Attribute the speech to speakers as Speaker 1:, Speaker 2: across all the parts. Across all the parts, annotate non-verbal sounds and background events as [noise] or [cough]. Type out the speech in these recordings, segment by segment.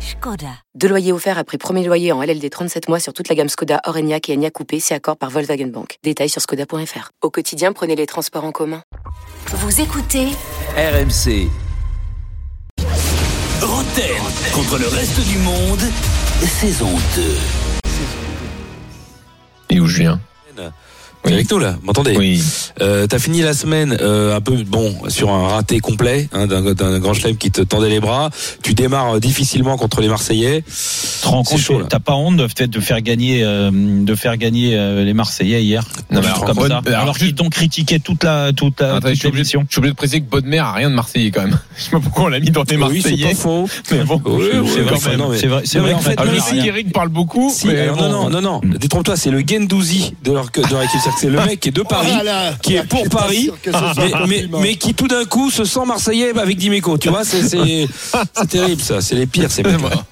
Speaker 1: Skoda. Deux loyers offerts après premier loyer en LLD 37 mois sur toute la gamme Skoda, Orenia et Enya Coupé, c'est accord par Volkswagen Bank. Détails sur skoda.fr. Au quotidien, prenez les transports en commun.
Speaker 2: Vous écoutez
Speaker 3: RMC. Rotten contre le reste du monde, saison 2.
Speaker 4: Et où Julien
Speaker 5: T'es avec nous là, m'entendez
Speaker 4: Oui.
Speaker 5: Euh, T'as fini la semaine euh, un peu bon sur un raté complet hein, d'un d'un grand chelem qui te tendait les bras. Tu démarres euh, difficilement contre les Marseillais.
Speaker 6: Tu te rends
Speaker 5: C'est
Speaker 6: compte
Speaker 5: chaud,
Speaker 6: que
Speaker 5: là.
Speaker 6: t'as pas honte de peut-être de faire gagner, euh, de faire gagner euh, les Marseillais hier.
Speaker 4: Non, mais
Speaker 6: Juste
Speaker 4: alors,
Speaker 6: comme
Speaker 4: bonne-
Speaker 6: ça.
Speaker 4: alors,
Speaker 6: alors
Speaker 4: juste-
Speaker 6: qu'ils t'ont critiqué toute la toute
Speaker 5: Ah,
Speaker 6: la
Speaker 4: Attends, je
Speaker 6: toute
Speaker 4: suis obligé, je
Speaker 6: l'émission.
Speaker 4: suis obligé de préciser que Bodmer a rien de Marseillais quand même. Je sais pas pourquoi on l'a mis dans les
Speaker 5: oui, c'est
Speaker 4: Marseillais.
Speaker 5: pas faux.
Speaker 4: mais bon,
Speaker 5: Oui, oui,
Speaker 4: c'est
Speaker 5: oui,
Speaker 4: quand
Speaker 5: enfin,
Speaker 4: même.
Speaker 5: non, mais-
Speaker 6: C'est vrai, c'est
Speaker 5: Non, mais
Speaker 6: vrai. hein.
Speaker 5: en
Speaker 6: qu'en
Speaker 5: fait,
Speaker 6: fait,
Speaker 4: Ah,
Speaker 5: non,
Speaker 4: je
Speaker 6: on
Speaker 5: mais
Speaker 6: a
Speaker 4: sais
Speaker 6: rien.
Speaker 4: qu'Eric parle beaucoup.
Speaker 5: Si,
Speaker 4: mais
Speaker 5: alors
Speaker 4: bon.
Speaker 5: non, non, non, non. Détrompe-toi, c'est le Gendouzi de leur, de leur équipe. C'est-à-dire que C'est le mec qui est de Paris,
Speaker 6: Ah
Speaker 5: qui est pour Paris, mais, mais, mais qui tout d'un coup se sent Marseillais bah, avec Dimeco. Tu vois, c'est
Speaker 4: [laughs]
Speaker 5: c'est- c'est terrible ça. C'est les pires, ces mecs-là.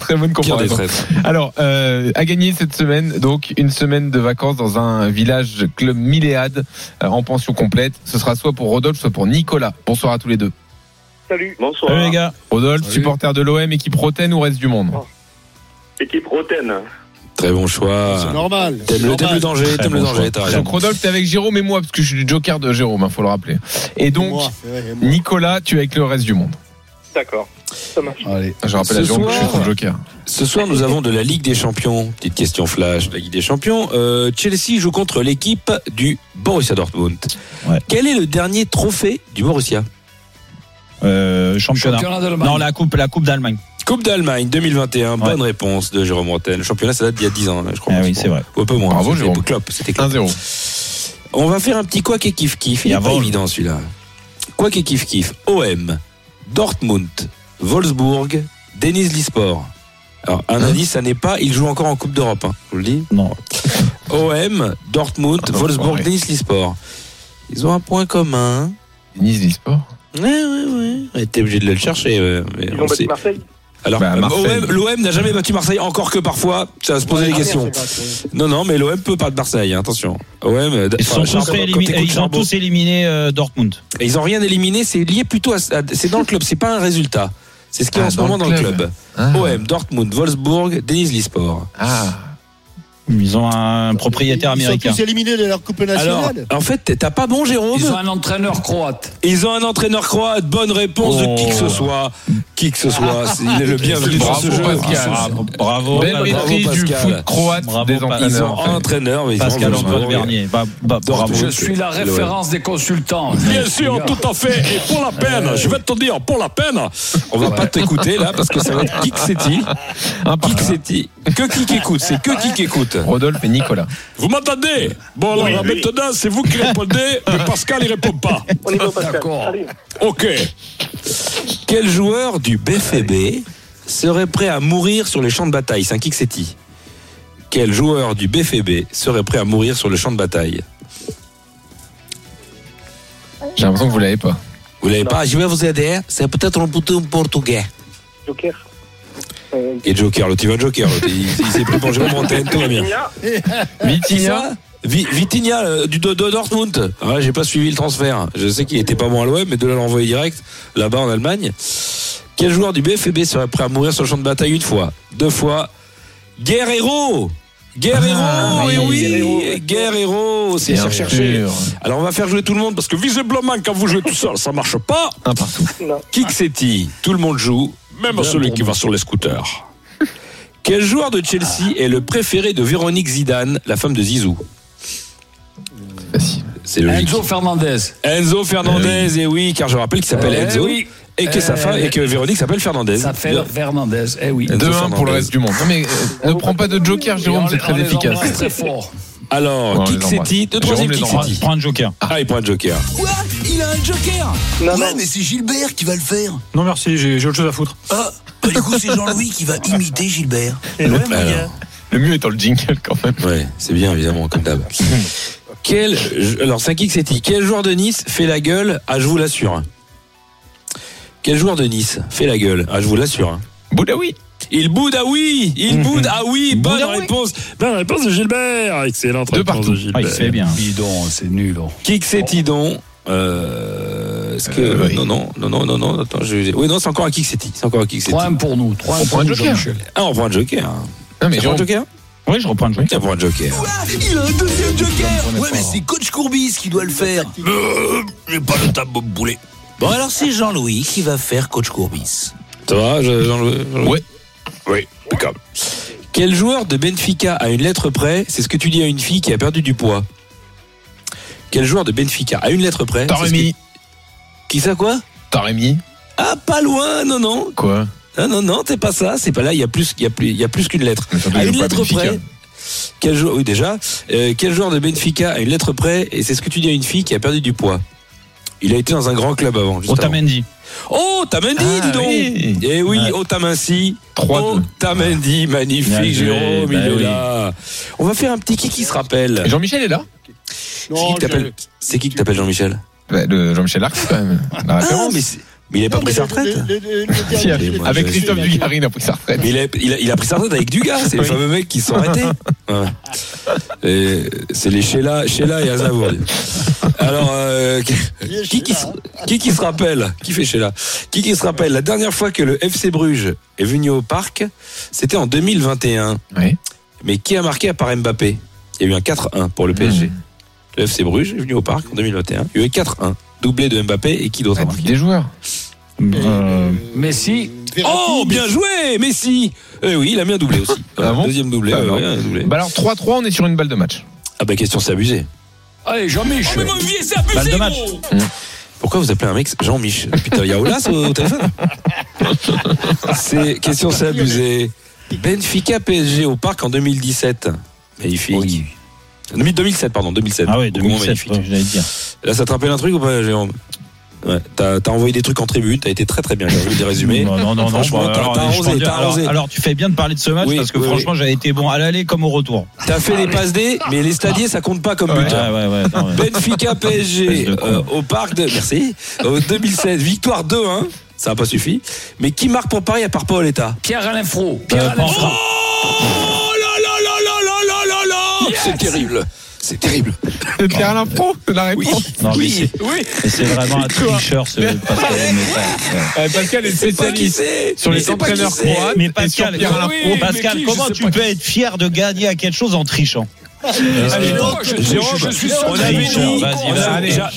Speaker 4: Très bonne
Speaker 5: Pire des
Speaker 4: comparaison.
Speaker 5: traîtres.
Speaker 4: Alors, euh, à gagner cette semaine, donc une semaine de vacances dans un village club Milléade euh, en pension complète. Ce sera soit pour Rodolphe, soit pour Nicolas. Bonsoir à tous les deux.
Speaker 7: Salut.
Speaker 6: Salut
Speaker 8: Bonsoir.
Speaker 6: les gars.
Speaker 4: Rodolphe, supporter de l'OM, équipe Roten ou reste du monde
Speaker 8: Équipe Roten.
Speaker 5: Très bon choix.
Speaker 7: normal.
Speaker 5: T'aimes le, t'aimes le danger, t'aimes
Speaker 6: bon
Speaker 5: le
Speaker 6: choix.
Speaker 5: danger. t'as raison.
Speaker 4: Donc Rodolphe, t'es avec Jérôme et moi, parce que je suis le joker de Jérôme, il faut le rappeler. Et donc, Nicolas, tu es avec le reste du monde.
Speaker 7: D'accord. Ça marche.
Speaker 4: Allez. Je rappelle à
Speaker 5: Ce
Speaker 4: Jérôme que je suis
Speaker 5: soir-
Speaker 4: son joker.
Speaker 5: Ce soir, nous avons de la Ligue des Champions. Petite question flash de la Ligue des Champions. Euh, Chelsea joue contre l'équipe du Borussia Dortmund.
Speaker 6: Ouais.
Speaker 5: Quel est le dernier trophée du Borussia
Speaker 6: Euh, championnat. Non, la coupe, la coupe d'Allemagne. Ah
Speaker 5: Coupe d'Allemagne 2021. Bonne réponse de Jérôme Rotten. Le championnat, ça date d'il y a 10 ans, je crois.
Speaker 6: Ah oui, c'est vrai.
Speaker 5: Ou un peu moins.
Speaker 4: Bravo,
Speaker 5: C'était
Speaker 4: Jérôme.
Speaker 5: Klopp, c'était Klopp.
Speaker 4: 1-0.
Speaker 5: On va faire un petit quoi et kiff kiff. Il
Speaker 6: Et
Speaker 5: est
Speaker 6: avant,
Speaker 5: pas évident celui-là. Quoi et kiff kiff. OM, Dortmund, Wolfsburg, Denis Lisport. Alors un indice, ça n'est pas. Il joue encore en Coupe d'Europe. Hein, je vous Hein le bah, dis.
Speaker 6: Non.
Speaker 5: OM, Dortmund,
Speaker 4: Ah,
Speaker 5: Wolfsburg,
Speaker 4: ouais.
Speaker 5: Nice, Lisport. Ils ont un point commun. hein.
Speaker 4: Nice d'e-sport.
Speaker 5: Ouais, ouais, ouais. On était obligé de le chercher. ouais, mais
Speaker 8: Ils
Speaker 5: on
Speaker 8: ont battu
Speaker 5: sait.
Speaker 8: Marseille.
Speaker 5: Alors,
Speaker 4: Bah, Marseille.
Speaker 5: l'OM n'a jamais battu Marseille, encore que parfois, ça va se
Speaker 8: ah,
Speaker 5: poser des questions. Non, non, mais l'OM peut pas de Marseille, hein, attention. OM,
Speaker 6: Ils sont tous
Speaker 5: Charbon-
Speaker 6: élimi-
Speaker 5: quand t'écoutes
Speaker 6: ils ont
Speaker 5: Charbon-
Speaker 6: tous éliminé euh, Dortmund.
Speaker 5: Et ils ont rien éliminé, c'est lié plutôt à, à- c'est dans le club, c'est pas un résultat. C'est ce qu'il y a
Speaker 4: Ah,
Speaker 5: en ce
Speaker 4: dans
Speaker 5: moment
Speaker 4: le
Speaker 5: dans le
Speaker 4: club.
Speaker 5: club.
Speaker 4: Ah.
Speaker 5: OM, Dortmund, Wolfsburg, Denise Lisport.
Speaker 4: Ah.
Speaker 6: Ils ont un propriétaire américain.
Speaker 7: éliminés de leur Coupe
Speaker 5: Alors, en fait, t'as pas bon, Jérôme
Speaker 3: un entraîneur croate.
Speaker 5: Ils ont un entraîneur croate. Bonne réponse de qui que ce soit. Qui que ce soit. c'est- Il est le bienvenu dans
Speaker 4: Oh. Bravo,
Speaker 5: ce jeu.
Speaker 4: Pascal.
Speaker 6: Ah, Bravo, bravo,
Speaker 4: Belle
Speaker 6: Pascal.
Speaker 5: bravo,
Speaker 4: maîtrise du
Speaker 5: Pascal.
Speaker 4: foot croate
Speaker 6: Bravo,
Speaker 4: des
Speaker 6: Pascal.
Speaker 5: Ils
Speaker 4: entraîneurs.
Speaker 5: ont un entraîneur, mais ils
Speaker 6: Pascal
Speaker 5: ont
Speaker 6: Antoine Bernier. Bah, bah, bravo.
Speaker 5: Dortmund.
Speaker 3: Ah, Je suis la référence des consultants. Eh
Speaker 5: Bien sûr, tout à fait. Et pour la peine, je vais te dire, pour la peine, on va pas t'écouter là parce que ça va être qui que
Speaker 3: [laughs]
Speaker 5: c'est-il. Qui que c'est-il. Que qui qu'écoute, c'est que qui qu'écoute.
Speaker 4: Rodolphe et Nicolas.
Speaker 5: Vous m'entendez Bon, alors
Speaker 8: Oui, oui.
Speaker 5: maintenant, c'est vous qui répondez, mais Pascal, il répond pas.
Speaker 8: On y
Speaker 6: [laughs]
Speaker 8: va, Pascal.
Speaker 3: D'accord.
Speaker 8: Allez.
Speaker 5: Ok. Quel joueur du BFB serait prêt à mourir sur les champs de bataille C'est un kick city. Quel joueur du BFB serait prêt à mourir sur le champ de bataille
Speaker 4: J'ai l'impression que vous l'avez pas.
Speaker 5: Vous l'avez pas Je vais vous aider. C'est peut-être un bouton portugais.
Speaker 8: Joker.
Speaker 5: Et Joker, l'autre, il va Joker. l'autre. Il, il s'est pris pour Jérôme Bretagne, tout va bien.
Speaker 8: Vigna.
Speaker 4: Vitinha
Speaker 5: [laughs] Vitinha Vi- Vitinha euh, du de, de Dortmund. Ah, J'ai pas suivi le transfert. Je sais qu'il était pas bon à l'OM, mais de là l'envoyer direct là-bas en Allemagne. Quel joueur du BFB serait prêt à mourir sur le champ de bataille une fois, deux fois Guerrero. Guerrero,
Speaker 4: Ah,
Speaker 5: eh
Speaker 4: oui,
Speaker 5: oui, Guerrero, c'est
Speaker 4: Bien
Speaker 5: ça cherché.
Speaker 4: sûr.
Speaker 5: Alors on va faire jouer tout le monde parce que visiblement quand vous jouez tout seul, ça marche pas.
Speaker 4: Un partout.
Speaker 5: Kick City, tout le monde joue, même celui qui va sur les scooters. Quel joueur de Chelsea est le préféré de Véronique Zidane, la femme de Zizou
Speaker 4: Facile. Eh
Speaker 5: C'est logique.
Speaker 3: Enzo Fernandez.
Speaker 5: Enzo Fernandez, et oui, car je rappelle qu'il s'appelle
Speaker 3: Eh
Speaker 5: Enzo
Speaker 3: oui.
Speaker 5: et que sa
Speaker 3: Eh
Speaker 5: femme
Speaker 3: oui.
Speaker 5: et que Véronique s'appelle Fernandez.
Speaker 3: Ça fait
Speaker 5: Bien.
Speaker 3: Fernandez. Eh oui.
Speaker 5: Enzo
Speaker 4: 2-1 pour le
Speaker 5: Fernandez.
Speaker 4: reste du monde. Non mais euh, ne prends pas de joker,
Speaker 3: Et
Speaker 4: Jérôme,
Speaker 3: on
Speaker 4: c'est
Speaker 3: les- on
Speaker 4: Ah, très
Speaker 3: les
Speaker 4: efficace.
Speaker 3: embrasse Très fort.
Speaker 5: Alors,
Speaker 4: On les
Speaker 5: Kick City,
Speaker 4: embrasse.
Speaker 5: le troisième
Speaker 4: Jérôme les
Speaker 5: Kick
Speaker 6: Prends-
Speaker 5: City.
Speaker 6: Prends un joker.
Speaker 5: Ah, il prend le joker.
Speaker 3: Quoi Il a un joker
Speaker 8: Non, non.
Speaker 3: mais c'est Gilbert qui va le faire.
Speaker 9: Non merci, j'ai j'ai autre chose à foutre.
Speaker 3: Ah, bah, du coup, c'est Jean-Louis qui va imiter Gilbert.
Speaker 9: Et ouais, mon
Speaker 5: Alors.
Speaker 9: gars.
Speaker 4: Le mieux étant le jingle quand même.
Speaker 5: Ouais, c'est bien évidemment comme d'hab. Quel, alors, c'est un kick, c'est qui Quel joueur de Nice fait la gueule Ah, je vous l'assure. Quel joueur de Nice fait la gueule Ah, je vous l'assure.
Speaker 4: Boudaoui.
Speaker 5: Il boude, ah oui Il boude, ah oui Bonne
Speaker 4: Mhm. Boude, ah oui.
Speaker 5: réponse Bonne réponse de Gilbert Excellente
Speaker 4: De
Speaker 5: réponse
Speaker 4: partout.
Speaker 5: de
Speaker 6: Ah,
Speaker 5: Gilbert.
Speaker 6: il se fait bien.
Speaker 10: Bidon, c'est nul. oh.
Speaker 5: Kick, c'est Tidon. Euh, est-ce que.
Speaker 4: Euh, oui.
Speaker 5: Non, non, non, non, non, non, attends, je- Oui, non, c'est encore un kick, c'est Tidon. C'est encore un kick, c'est
Speaker 2: Trois
Speaker 5: Tidon.
Speaker 2: pour nous. Trois
Speaker 4: On prend
Speaker 2: pour
Speaker 4: un
Speaker 2: nous,
Speaker 4: joker.
Speaker 2: Jean-Michel.
Speaker 5: Ah, on reprend un joker. hein.
Speaker 4: Non,
Speaker 5: Tu
Speaker 4: mais
Speaker 5: reprends
Speaker 4: Jérôme,
Speaker 5: un joker
Speaker 6: Oui, je reprends le jeu.
Speaker 5: Tu reprends un joker.
Speaker 3: Il a un deuxième joker
Speaker 6: comprenais
Speaker 3: Ouais,
Speaker 6: pas.
Speaker 3: mais c'est Coach Courbis qui doit le faire. Euh, J'ai pas le tableau de boulet. Bon, alors c'est Jean-Louis qui va faire Coach Courbis.
Speaker 5: Ça va, je- Jean-Louis Jean-Louis
Speaker 4: Ouais.
Speaker 5: Oui, impeccable. Quel joueur de Benfica à une lettre près C'est ce que tu dis à une fille qui a perdu du poids. Quel joueur de Benfica à une lettre près c'est ce que-
Speaker 4: Taremi.
Speaker 5: Qui ça, quoi
Speaker 4: Taremi.
Speaker 5: Ah, pas loin, non, non.
Speaker 4: Quoi
Speaker 5: Non, non, non, c'est pas ça. C'est pas là, il y a plus, il y a plus, il y a plus qu'une lettre.
Speaker 4: Mais surtout,
Speaker 5: À
Speaker 4: il
Speaker 5: une
Speaker 4: joue pas à
Speaker 5: lettre
Speaker 4: Benfica.
Speaker 5: près. Quel joueur, oui, déjà. Euh, quel joueur de Benfica à une lettre près Et c'est ce que tu dis à une fille qui a perdu du poids. Il a été dans un grand club avant. Juste avant.
Speaker 6: Otamendi.
Speaker 5: Oh, Tamendi,
Speaker 4: Ah,
Speaker 5: dis donc
Speaker 4: oui.
Speaker 5: Eh oui,
Speaker 6: Ouais.
Speaker 5: Otamendi.
Speaker 4: 3-2.
Speaker 5: Otamendi,
Speaker 6: Bien joué,
Speaker 5: magnifique, Jérôme,
Speaker 6: bah
Speaker 5: il est
Speaker 6: oui.
Speaker 5: là. On va faire un petit qui qui se rappelle.
Speaker 4: Et Jean-Michel est là
Speaker 5: C'est qui que t'appelles C'est qui que t'appelles Jean-Michel
Speaker 4: Bah, le Jean-Michel Arc, quand même. La
Speaker 6: Bah,
Speaker 5: Ah,
Speaker 4: référence.
Speaker 5: mais, c'est- mais il a pas pris sa retraite
Speaker 4: Si,
Speaker 5: mais
Speaker 4: avec-
Speaker 5: moi,
Speaker 4: avec
Speaker 5: je-
Speaker 4: Christophe Dugarry, il a pris sa retraite.
Speaker 5: Mais il a, il a- il a pris sa retraite avec Dugas, c'est le fameux mec qui s'est
Speaker 6: [laughs]
Speaker 5: arrêté. Ouais. Et C'est les Sheila, Sheila et Aznavour. Alors, euh, qui, qui, se- qui qui se rappelle Qui fait Sheila Qui qui se rappelle La dernière fois que le FC Bruges est venu au parc, c'était en 2021.
Speaker 4: Oui.
Speaker 5: Mais qui a marqué à part Mbappé Il y a eu un 4-1 pour
Speaker 4: Hmm.
Speaker 5: le PSG. Le FC Bruges est venu au parc en 2021. Il y a eu 4-1. Doublé de Mbappé et qui d'autre a
Speaker 4: Ah,
Speaker 5: marqué
Speaker 4: des joueurs.
Speaker 6: Euh,
Speaker 2: Messi.
Speaker 4: Ah,
Speaker 5: Oh, bien joué, Messi Eh oui, il a mis un doublé aussi.
Speaker 4: Ah bon
Speaker 5: Deuxième doublé,
Speaker 4: Ah
Speaker 5: ouais,
Speaker 4: bon.
Speaker 5: ouais, un doublé.
Speaker 4: Bah alors 3-3, on est sur une balle de match.
Speaker 5: Ah bah question, c'est abusé. Mmh.
Speaker 2: Allez, Jean-Michel.
Speaker 6: Balle de match.
Speaker 5: Pourquoi vous appelez un mec Jean-Mich Putain, il y a Olas au au
Speaker 6: [laughs]
Speaker 5: téléphone C'est question, c'est abusé. Benfica PSG au parc en 2017. Magnifique. 2007, pardon, 2007.
Speaker 6: Ah ouais,
Speaker 5: Beaucoup moins
Speaker 6: 2007,
Speaker 5: magnifique.
Speaker 6: ouais, j'allais dire.
Speaker 5: Là, ça te rappelle un truc ou pas, Jérôme Ouais, t'as t'as envoyé des trucs en tribune, t'as été très très bien, j'ai envie de résumer.
Speaker 6: Non, non, non, non.
Speaker 5: Franchement, t'as-
Speaker 6: alors,
Speaker 5: t'as
Speaker 6: je
Speaker 5: arrosé,
Speaker 6: pense-
Speaker 5: t'as
Speaker 6: alors,
Speaker 5: arrosé.
Speaker 6: alors, tu fais bien de parler de ce match
Speaker 5: Oui,
Speaker 6: parce que
Speaker 5: oui,
Speaker 6: franchement, j'avais été bon à l'aller comme au retour.
Speaker 5: T'as fait les passes D, mais les stadiers, ça compte pas comme
Speaker 6: Ouais,
Speaker 5: but. hein.
Speaker 6: ouais, ouais.
Speaker 5: Bah,
Speaker 6: non, ouais.
Speaker 5: Benfica PSG
Speaker 6: [laughs] Espèce de con.
Speaker 5: euh, au parc de merci au 2016 victoire 2-1 ça n'a pas suffi mais qui marque pour Paris à part Paul Eta Euh,
Speaker 2: Pierre-Alain Fro. Pierre-Alain
Speaker 6: pas
Speaker 2: Fro.
Speaker 5: oh là là là là là là là là c'est terrible c'est terrible
Speaker 4: C'est Pierre Lafro, c'est la
Speaker 5: oui
Speaker 4: réponse.
Speaker 6: Non, mais
Speaker 5: oui oui
Speaker 6: Et C'est vraiment un tricheur ce Pascal. mais ça,
Speaker 4: Euh, Pascal est
Speaker 5: c'est pas qui
Speaker 4: spécialiste
Speaker 5: c'est
Speaker 4: sur
Speaker 5: Mais
Speaker 4: les
Speaker 5: c'est pas qui
Speaker 4: entraîneurs
Speaker 5: c'est.
Speaker 4: croates.
Speaker 6: Mais
Speaker 4: et sur
Speaker 6: Pascal,
Speaker 4: Pierre Alain
Speaker 6: comment-
Speaker 4: Pro.
Speaker 6: Pascal, comment tu peux être fier de gagner à quelque chose en trichant Euh,
Speaker 5: Allez,
Speaker 2: non, je- je-
Speaker 5: Ah, Jérôme,
Speaker 2: je suis
Speaker 5: on a dit,
Speaker 6: tricheur, vas-y,
Speaker 5: on a-
Speaker 6: vas-y.
Speaker 5: Allez, Ja-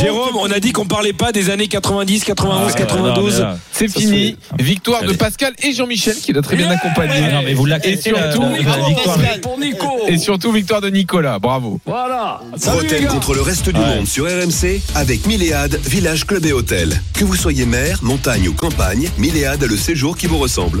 Speaker 5: Jérôme, on a dit qu'on parlait pas des années 90, 91,
Speaker 6: Ah, non, mais
Speaker 5: 92.
Speaker 6: là-
Speaker 4: C'est
Speaker 5: Ça
Speaker 4: fini. Victoire de Pascal et Jean-Michel qui l'a très bien accompagné.
Speaker 6: Ah non, mais vous la
Speaker 4: et
Speaker 6: connaissez, la-
Speaker 4: surtout,
Speaker 6: la- la victoire.
Speaker 2: Pour Nico.
Speaker 4: et surtout victoire de Nicolas. Bravo.
Speaker 2: Voilà. Salut, les
Speaker 9: Roten
Speaker 2: gars.
Speaker 9: contre le reste du
Speaker 6: Ouais.
Speaker 9: monde sur RMC avec Milléade, village, club et hôtel. Que vous soyez maire, montagne ou campagne, Milléade a le séjour qui vous ressemble.